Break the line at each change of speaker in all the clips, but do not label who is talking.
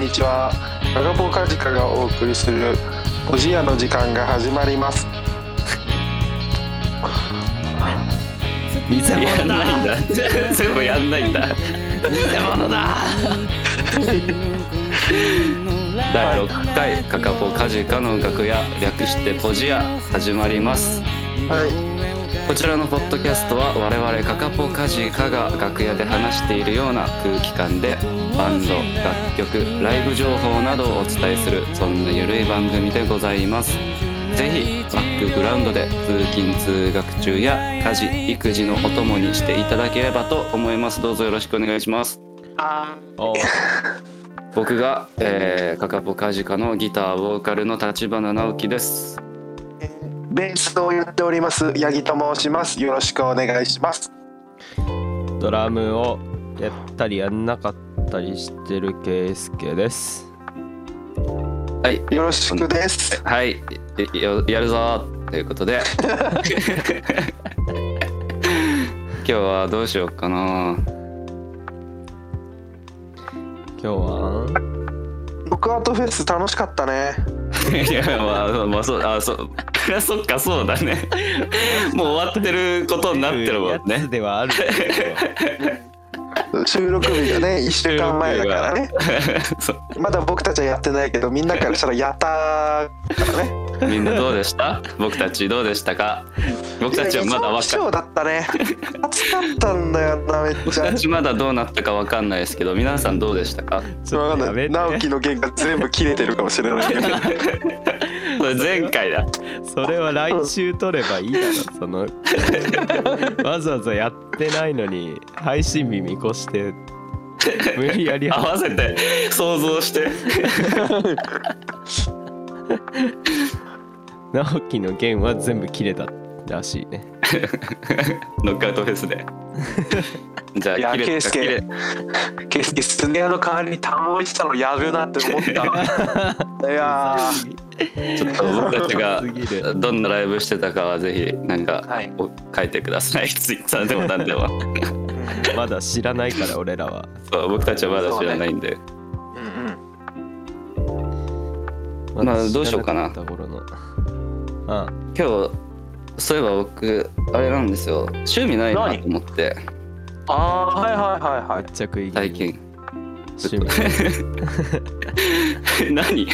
にちはガガポカジカがお送りするおじやの時間が始まります
偽物やんないんだ全部やんないんだ偽物だ第6回カカポカジカの楽屋略してポジア始まります
はい
こちらのポッドキャストは我々カカポカジカが楽屋で話しているような空気感でバンド楽曲ライブ情報などをお伝えするそんなゆるい番組でございますぜひバックグラウンドで通勤通学中や家事育児のお供にしていただければと思いますどうぞよろしくお願いします
お
僕が、えー、カカポカジカのギターボーカルの立花直樹です
ベースをやっております八木と申しますよろしくお願いします
ドラムをやったりやんなかったりしてる圭介です
はい
よろしくです
はいよやるぞということで今日はどうしようかな
今日は
ロックアウトフェス楽しかったね
いやまあまあそうあそう そっかそうだねもう終わってることになって るもん
や
ね
つで はある
収録日がね1 週間前だからね
そう
まだ僕たちはやってないけどみんなからしたらやったーからね
みんなどうでした僕たちどうでしたか僕たちはまだ
わ
わ
か
か
るだったね暑かったんだよなめっ
僕
ち ゃ
たちまだどうなったかわかんないですけど皆さんどうでしたか
ちょ
わか
っとや
んな
め
い
て
直樹の弦が全部切れてるかもしれないけど
これ前回だ
それは来週撮ればいいだろそ のわざわざやってないのに配信日見越して無理やり
合わせて想像して
直樹の弦は全部切れたらしいね
ノックアウトフェスでじゃあ
いや
切れ
圭介
切れ
決してスネアの代わりに単音したのやるなって思った いや
ちょっと僕たちが
すぎる
どんなライブしてたかはぜひなんか
はい
お書いてください。ツイッターでもなんでも。
まだ知らないから俺らは
そう僕たちはまだ知らないん
ー
で。
うんうん
まあどうしようかな
知らなった頃のあ
今日そういえば僕あれなんですよ。趣味ないなと思って
あーはいはいはいは
めっちゃ食い気
最
味
近。
趣 味
何？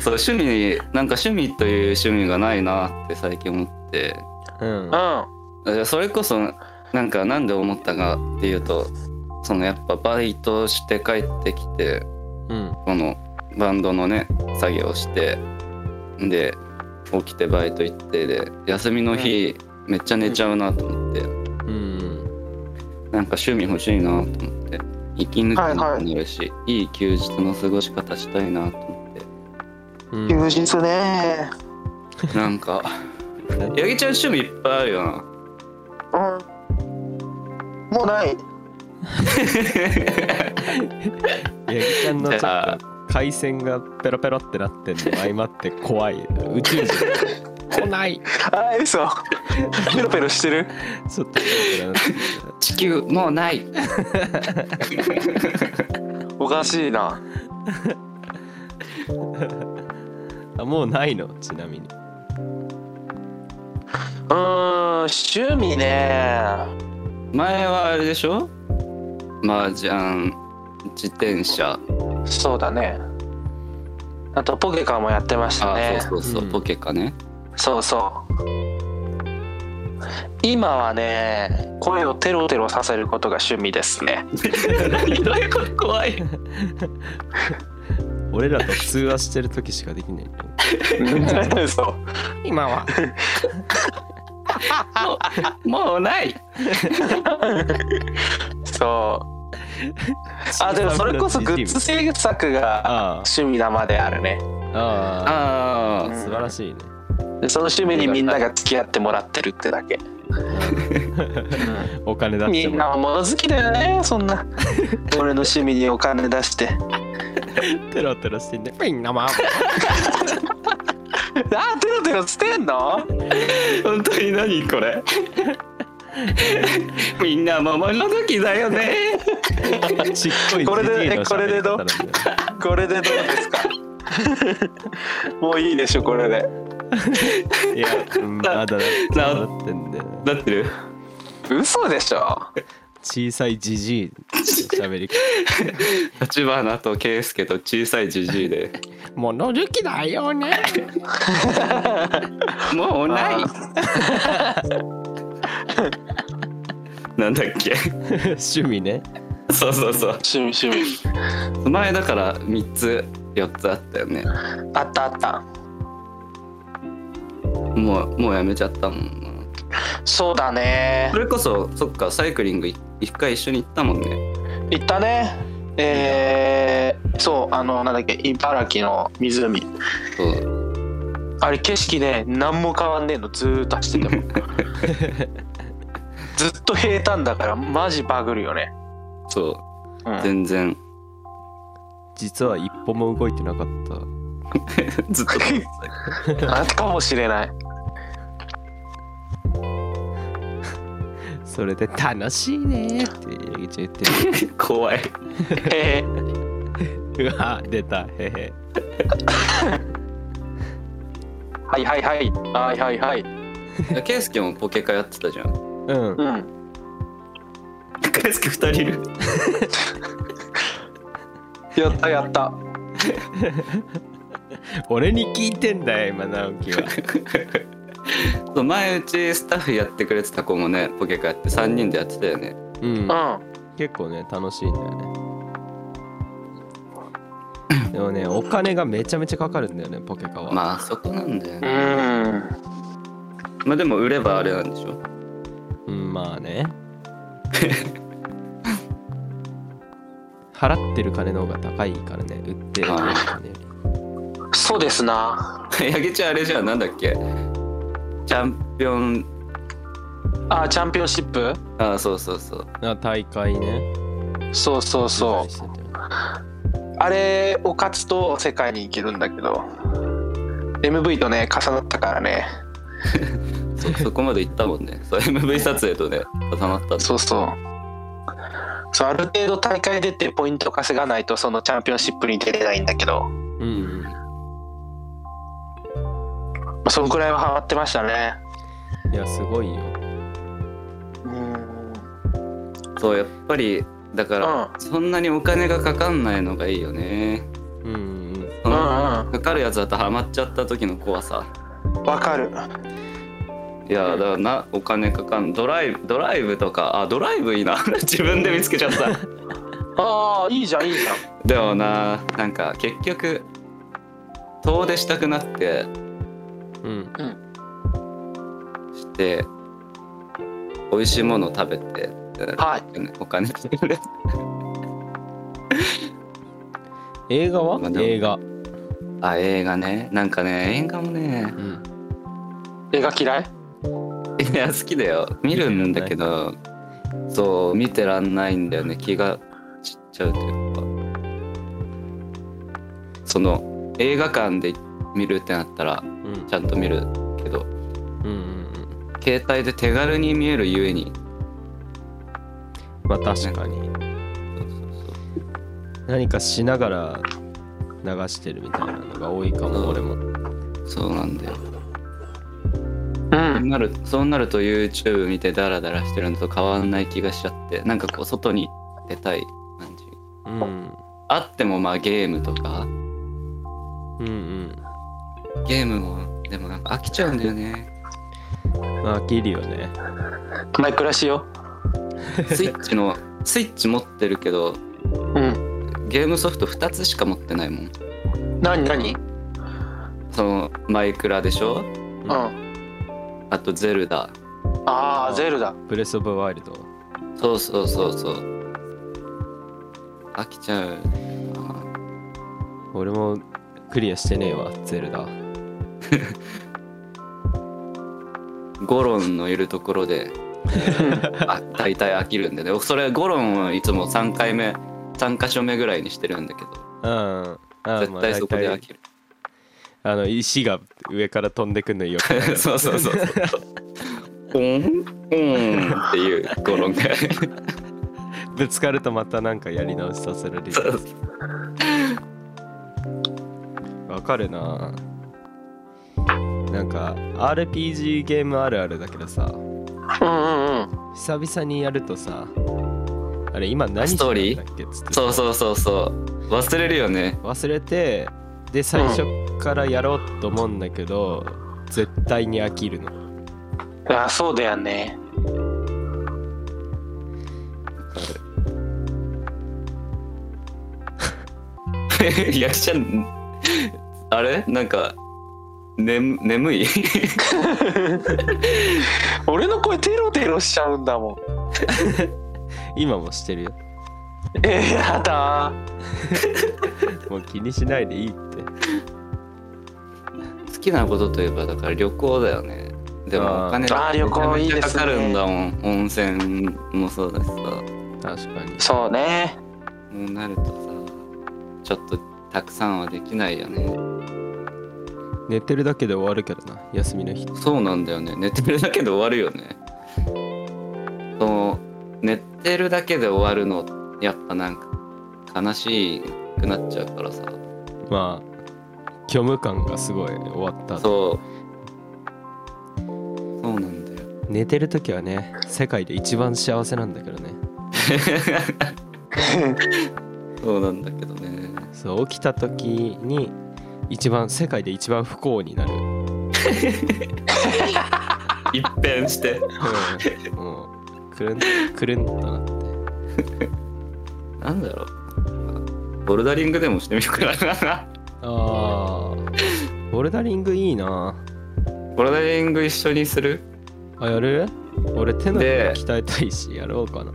そう趣味なんか趣味という趣味がないなって最近思って。
うん
い
それこそなんかなんで思ったかっていうとそのやっぱバイトして帰ってきて
うん
このバンドのね作業をしてで起きてバイト行ってで休みの日めっちゃ寝ちゃうなと思って
うん
なんか趣味欲しいなと思って息抜き
はい
にも
はい
なるし、いい、休日の過ごし方したいなと思っ
うん
うん休日ね
てなんか八木ちゃん趣味いっぱいあるよな
うんもうない
八木ちゃんのちょ
じゃあ
っと回線がペロペロってなってんの相まって怖い宇宙人来ない
あー嘘ペロペロしてる
ちょっとペロペロなって
地球もうない
おかしいな
るあもうないのちなみに
うーん趣味ね
前はあれでしょ麻雀自転車
そうだねあとポケカもやってました
あ、
ね
そうそうそう、
うん
ポケかね
そうそう今はね声をテロテロさせることが趣味ですね
何どういうこと怖い
俺らと通話してる時しかできな い
そう
今は
もうない
そうあでもそれこそグッズ制作が
あ
趣味なまであるね
ああ
あ
あ
ー
素晴らしいね
でその趣味にみんなが付き合ってもらってるってだけ、
お金出し
み
て
ん
もら
な物好きだよねそんな俺の趣味にお金出して
うテロテロしてんねみんなま あ
あテロテロしてんの
本当に何これみんな桃の時だよね
ちっこい
これで
じじいの
えこれでどう
喋り方なんだよ
これでどうですか もういいでしょこれで
いや、うんまだなってんだよね
なってる
嘘でしょ
小さいじじい喋り方
立花と圭介と小さいじじい で
物好きだよね
もうない
あ
なんだっけ
趣味ね
そうそうそう
趣味趣味
前だから3つ4つあったよね
あったあった
もうもうやめちゃったもんな
そうだね
それこそそっかサイクリングい一回一緒に行ったもんね
行ったねえー、そうあのなんだっけ茨城の湖
そう
あれ景色ね何も変わんねえのずーっと走っててもずっと平坦だからマジバグるよね、
そう
うん
全然
実は一歩も動いてなかった
ずっと
あかもしれない
それで楽しいねって入り口言って
怖い
え
る うわ出たへへ
ー、はいはいはいはいはいはい
い や圭介もポケカやってたじゃん
うん
うん
圭介2人いる
やったやった
俺に聞いてんだよ今直樹は
そう前うちスタッフやってくれてた子もねポケカやって3人でやってたよね
うん
う
結構ね楽しいんだよ ねでもねお金がめちゃめちゃかかるんだよねポケカは、
まあそこなんだよ
んう
ね
ん
まあでも売ればあれなんでしょ
うんまあね 払ってる金の方が高いからね売ってる金の方がね
そうですな
八木ちゃんあれじゃんなんだっけチャンピオン
あチャンピオンシップ
あそうそうそう
あ大会ね
そうそうそう
出たりしてて
あれを勝つと世界に行けるんだけど MV とね重なったからね
そそこまで行ったもんねそう MV 撮影とね重なったんだ
そうそうそうある程度大会出てポイント稼がないとそのチャンピオンシップに出れないんだけど、ま
うん、うん、
あ、そのくらいはハマってましたね
いやすごいよ
うん
そうやっぱりだから、そんなにお金がかかんないのがいいよね
うんうん
そ
うん
の
う
かかるやつだとハマっちゃった時の怖さ
んわかる
いやだからなお金かかんドライブドライブとかあドライブいいな 自分で見つけちゃった
ああいいじゃんいいじゃん
でもななんか結局遠出したくなって
うん
して美味しいもの食べてってなる
はい
お金 かかる
映画は
まあでも
映画
あ映画ねなんかね映画もね
うん
映画嫌い
いや好きだよ見るんだけどそう見てらんないんだよね気が散っちゃうというかその映画館で見るってなったら
うん
ちゃんと見るけど
うんうんうん
携帯で手軽に見えるゆえに
まあ確かに何かしながら流してるみたいなのが多いか
うん
も俺も
そうなんだよ
う
そうんなるそうなると YouTube 見てダラダラしてるのと変わんない気がしちゃってなんかこう外に出たい感じ
うん
あってもまあゲームとか
うんうん
ゲームもでもなんか飽きちゃうんだよね
まあ飽きるよね
マイクラしよ
スイッチのスイッチ持ってるけど
ううん
ゲームソフト2つしか持ってないもん
何何
そのマイクラでしょ
う
うん
んあ
あとゼルダ
あーゼルダ
ブレス・オブ・ワイルド
そうそうそうそう飽きちゃう
俺もクリアしてねえわゼルダ
ゴロンのいるとこ ろであ大体飽きるんでねそれゴロンはいつも3回目3箇所目ぐらいにしてるんだけど
うんあ
絶対そこで飽きる、
あの石が上から飛んでくんのよく
そうそうそうそう オンオンっていうゴロンが
ブぶつかるとまたなんかやり直しさせられる
そう
わかるななんか RPG ゲームあるあるだけどさ
うんうんうん
久々にやるとさあれ今何してたんだっけつって
そうそうそうそう忘れるよね
忘れてで最初からやろうと思うんだけど、絶対に飽きるの
あそうだよね
やきちゃんあれなんか、ね、眠い
俺の声テロテロしちゃうんだもん
今もしてるよ
えー、やだ
もう気にしないでいいって
好きなことといえばだから旅行だよねでもお金
あーあー旅行いいですね
めちゃめちゃかかるんだもん温泉もそうだしさも
確かに
そうね
うなるとさちょっとたくさんはできないよね
寝てるだけで終わるけどな休みの日
そうなんだよね寝てるだけで終わるよねその寝てるだけで終わるのやっぱなんか悲しくなっちゃうからさ
まあ虚無感がすごい終わった
そうそうなんだよ
寝てる時はね世界で一番幸せなんだけどね
そうなんだけどね
そう起きた時に一番世界で一番不幸にな る、うん
一変して
もうくるんくるんとなって
なんだろうボルダリングでもしてみようかな
あーボルダリングいいな
ボルダリング一緒にする
あやる俺手のひら
で
鍛えたいしやろうかな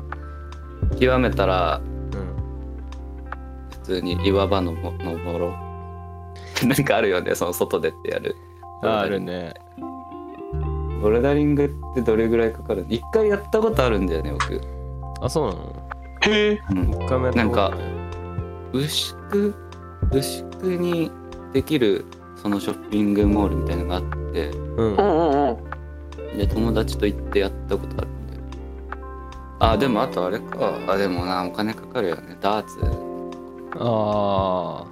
極めたら
うん
普通に岩場のぼ登ろう なんかあるよねその外でってやる
ああるね
ボルダリングってどれぐらいかかる一回やったことあるんだよね僕、
あそうなの
へえ
うん、
一回もやったことい
牛久牛久にできるそのショッピングモールみたいのがあって
うん
うんうんうん
で友達と行ってやったことあるんだよあでもあとあれかあでもなお金かかるよねダーツ
ああ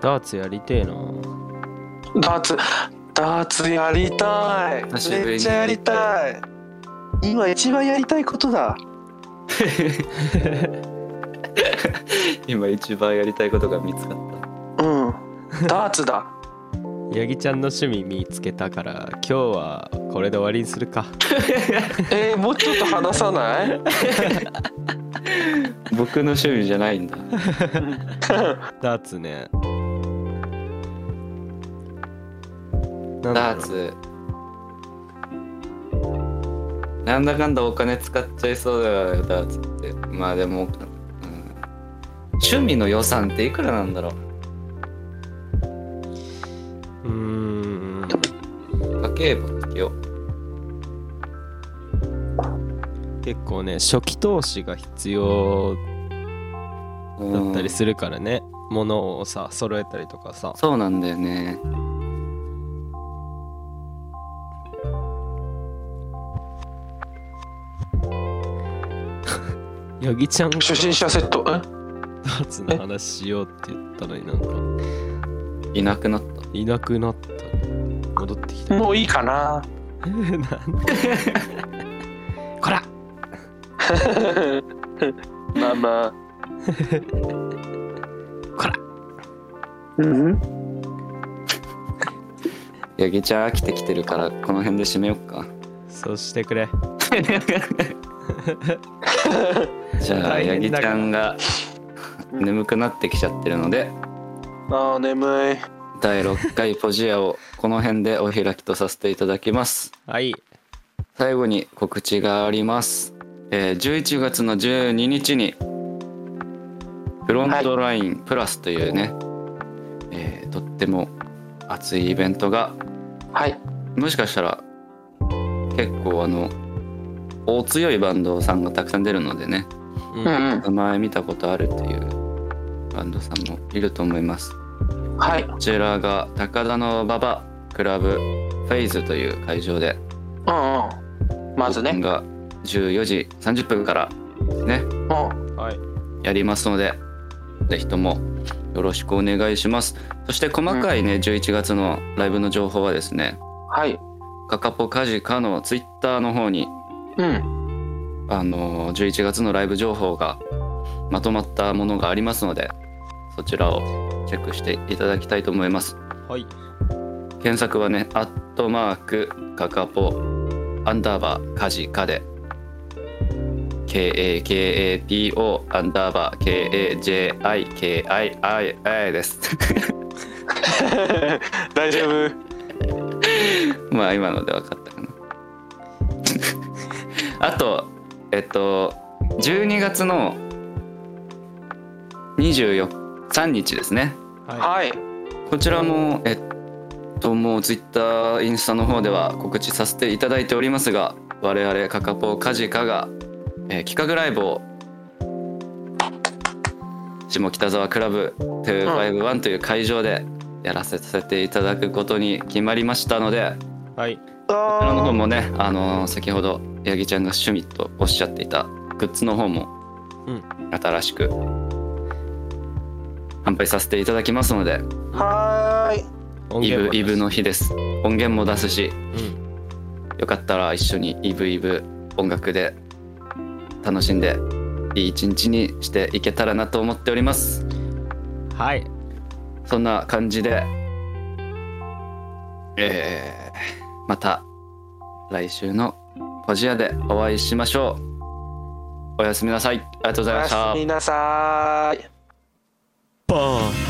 ダーツやりてえな
ダーツダーツやりたい
久しぶりに
めっちゃやりたい今一番やりたいことだ
今一番やりたいことが見つか
う
っ
んダーツだ
ヤギちゃんの趣味見つけたから今日はこれで終わりにするか
えー、もうちょっと話さない
た僕の趣味じゃないんだ
ダーツねなんだ
ダー
ろう
ツなんだかんだお金使っちゃいそうだよダーツってまあでも、うん、趣味の予算っていくらなんだろ
うーん
う家計簿つけよう
結構ね初期投資が必要だったりするからね、物をさ揃えたりとかさ
そうなんだよね
ヤギちゃんが
初心者セットえ
ダーツの話しようって言ったのになんか
いなくなっ
いなくなった戻ってきた
もういいかな
なんこら
まあまあ
こら
うん
たヤギちゃん飽きてきてるからこの辺で締めよっか
そうしてくれ
じゃあ
大
ヤ
変
ギち
だから
ゃんが眠くなってきちゃってるので
あー眠い
第6回ポジアをこの辺でお開きとさせていただきます
はい
最後に告知があります、えー11月の12日にフロントラインプラスというね、えーとっても熱いイベントが
はい
もしかしたら結構あの大強いバンドさんがたくさん出るのでね
う
うんん
前見たことあるっていうバンドさんもいると思います
うんはい
こちらが高田の馬場クラブフェイズという会場で
うんうんまず
オープン
ね
が14時30分からね
あ
はい
やりますのでぜひともよろしくお願いしますそして細かいね、11月のライブの情報はですね
はい
カカポカジカのツイッターの方に
うん
あの11月のライブ情報がまとまったものがありますのでそちらをチェックしていただきたいと思います
はい
検索はね「アットマークカカポアンダーバーカジカ」で KAKAPO アンダーバー KAJIKIII です
大丈夫
まあ今ので分かったかな あとえっと12月の23日ですね
は
はい
こちらもえっともうツイッターインスタの方では告知させていただいておりますが我々カカポカジカが、えー企画ライブを下北沢クラブ251という会場でやらせていただくことに決まりましたので
いはい
こちらの方
あ
もねあのー先ほど八木ちゃんが趣味とおっしゃっていたグッズの方も
うん
新しく販売させていただきますので
ーはーい
音
イブ
も
イブの日です音源も出すし
うん
よかったら一緒にイブイブ音楽で楽しんでいい一日にしていけたらなと思っております
はい
そんな感じでえー、また来週のポジアでお会いしましょうおやすみなさいありがとうご
お
ざいま
や
し
す
た
みなさーい
バーン